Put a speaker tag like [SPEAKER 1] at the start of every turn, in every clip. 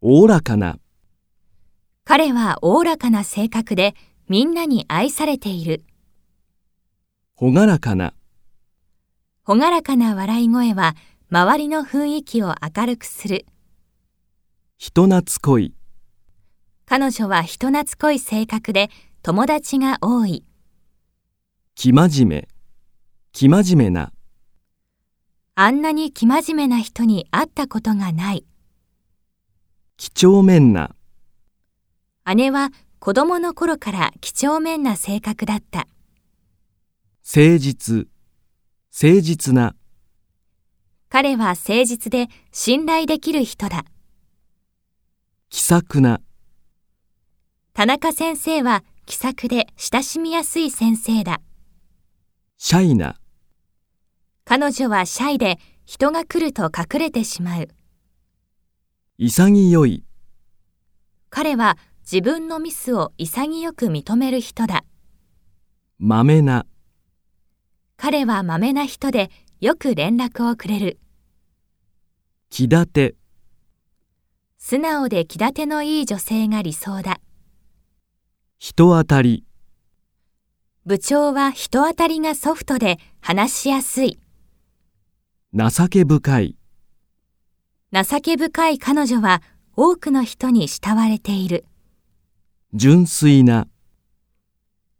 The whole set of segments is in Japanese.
[SPEAKER 1] おおらかな、
[SPEAKER 2] 彼はおおらかな性格でみんなに愛されている。
[SPEAKER 1] ほがらかな、
[SPEAKER 2] ほがらかな笑い声は周りの雰囲気を明るくする。
[SPEAKER 1] 人懐っこい、
[SPEAKER 2] 彼女は人懐っこい性格で友達が多い。
[SPEAKER 1] 生真面目、生真面目な、
[SPEAKER 2] あんなに生真面目な人に会ったことがない。
[SPEAKER 1] 几帳面な、
[SPEAKER 2] 姉は子供の頃から几帳面な性格だった。
[SPEAKER 1] 誠実、誠実な、
[SPEAKER 2] 彼は誠実で信頼できる人だ。
[SPEAKER 1] 気さくな、
[SPEAKER 2] 田中先生は気さくで親しみやすい先生だ。
[SPEAKER 1] シャイな、
[SPEAKER 2] 彼女はシャイで人が来ると隠れてしまう。
[SPEAKER 1] 潔い、
[SPEAKER 2] 彼は自分のミスを潔く認める人だ。
[SPEAKER 1] まめな、
[SPEAKER 2] 彼はまめな人でよく連絡をくれる。
[SPEAKER 1] 気立て、
[SPEAKER 2] 素直で気立てのいい女性が理想だ。
[SPEAKER 1] 人当たり、
[SPEAKER 2] 部長は人当たりがソフトで話しやすい。
[SPEAKER 1] 情け深い、
[SPEAKER 2] 情け深い彼女は多くの人に慕われている。
[SPEAKER 1] 純粋な、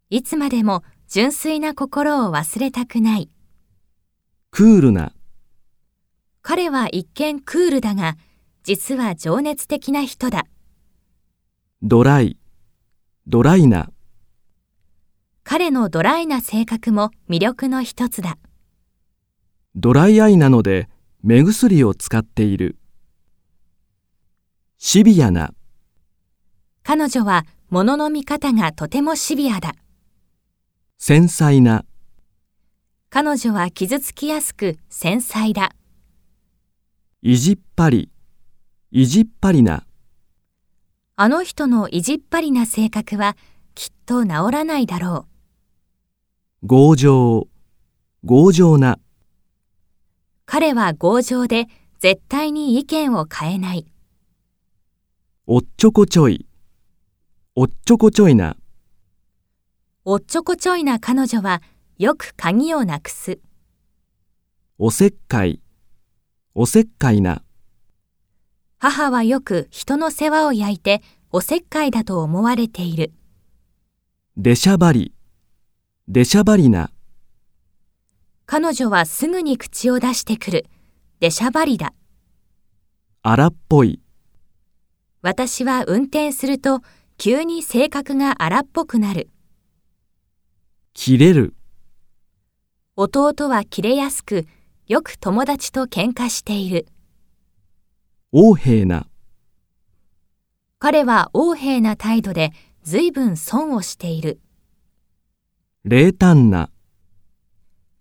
[SPEAKER 2] いつまでも純粋な心を忘れたくない。
[SPEAKER 1] クールな、
[SPEAKER 2] 彼は一見クールだが、実は情熱的な人だ。
[SPEAKER 1] ドライ、ドライな、
[SPEAKER 2] 彼のドライな性格も魅力の一つだ。
[SPEAKER 1] ドライアイなので目薬を使っている。シビアな、
[SPEAKER 2] 彼女は物の見方がとてもシビアだ。
[SPEAKER 1] 繊細な、
[SPEAKER 2] 彼女は傷つきやすく繊細だ。
[SPEAKER 1] 意地っぱり、意地っぱりな、
[SPEAKER 2] あの人の意地っぱりな性格はきっと治らないだろう。
[SPEAKER 1] 強情、強情な、
[SPEAKER 2] 彼は強情で絶対に意見を変えない。
[SPEAKER 1] おっちょこちょい、おっちょこちょいな、
[SPEAKER 2] おっちょこちょいな彼女はよく鍵をなくす。
[SPEAKER 1] おせっかい、おせっかいな、
[SPEAKER 2] 母はよく人の世話を焼いておせっかいだと思われている。
[SPEAKER 1] でしゃばり、でしゃばりな、
[SPEAKER 2] 彼女はすぐに口を出してくる。でしゃばりだ。
[SPEAKER 1] 荒っぽい、
[SPEAKER 2] 私は運転すると急に性格が荒っぽくなる。
[SPEAKER 1] 切れる、
[SPEAKER 2] 弟は切れやすく、よく友達と喧嘩している。
[SPEAKER 1] 横柄な、
[SPEAKER 2] 彼は横柄な態度で随分損をしている。
[SPEAKER 1] 冷淡な、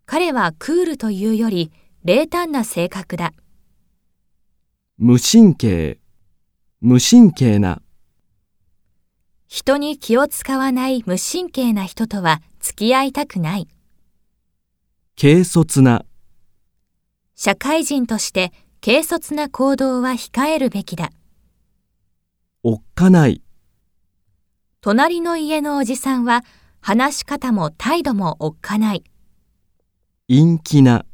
[SPEAKER 2] 彼はクールというより冷淡な性格だ。
[SPEAKER 1] 無神経、無神経な、
[SPEAKER 2] 人に気を使わない無神経な人とは付き合いたくない。
[SPEAKER 1] 軽率な、
[SPEAKER 2] 社会人として軽率な行動は控えるべきだ。
[SPEAKER 1] おっかない、
[SPEAKER 2] 隣の家のおじさんは話し方も態度もおっかない。
[SPEAKER 1] 陰気な、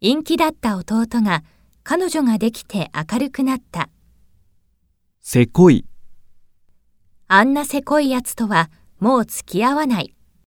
[SPEAKER 2] 陰気だった弟が彼女ができて明るくなった。
[SPEAKER 1] せこい、
[SPEAKER 2] あんなせこい奴とはもう付き合わない。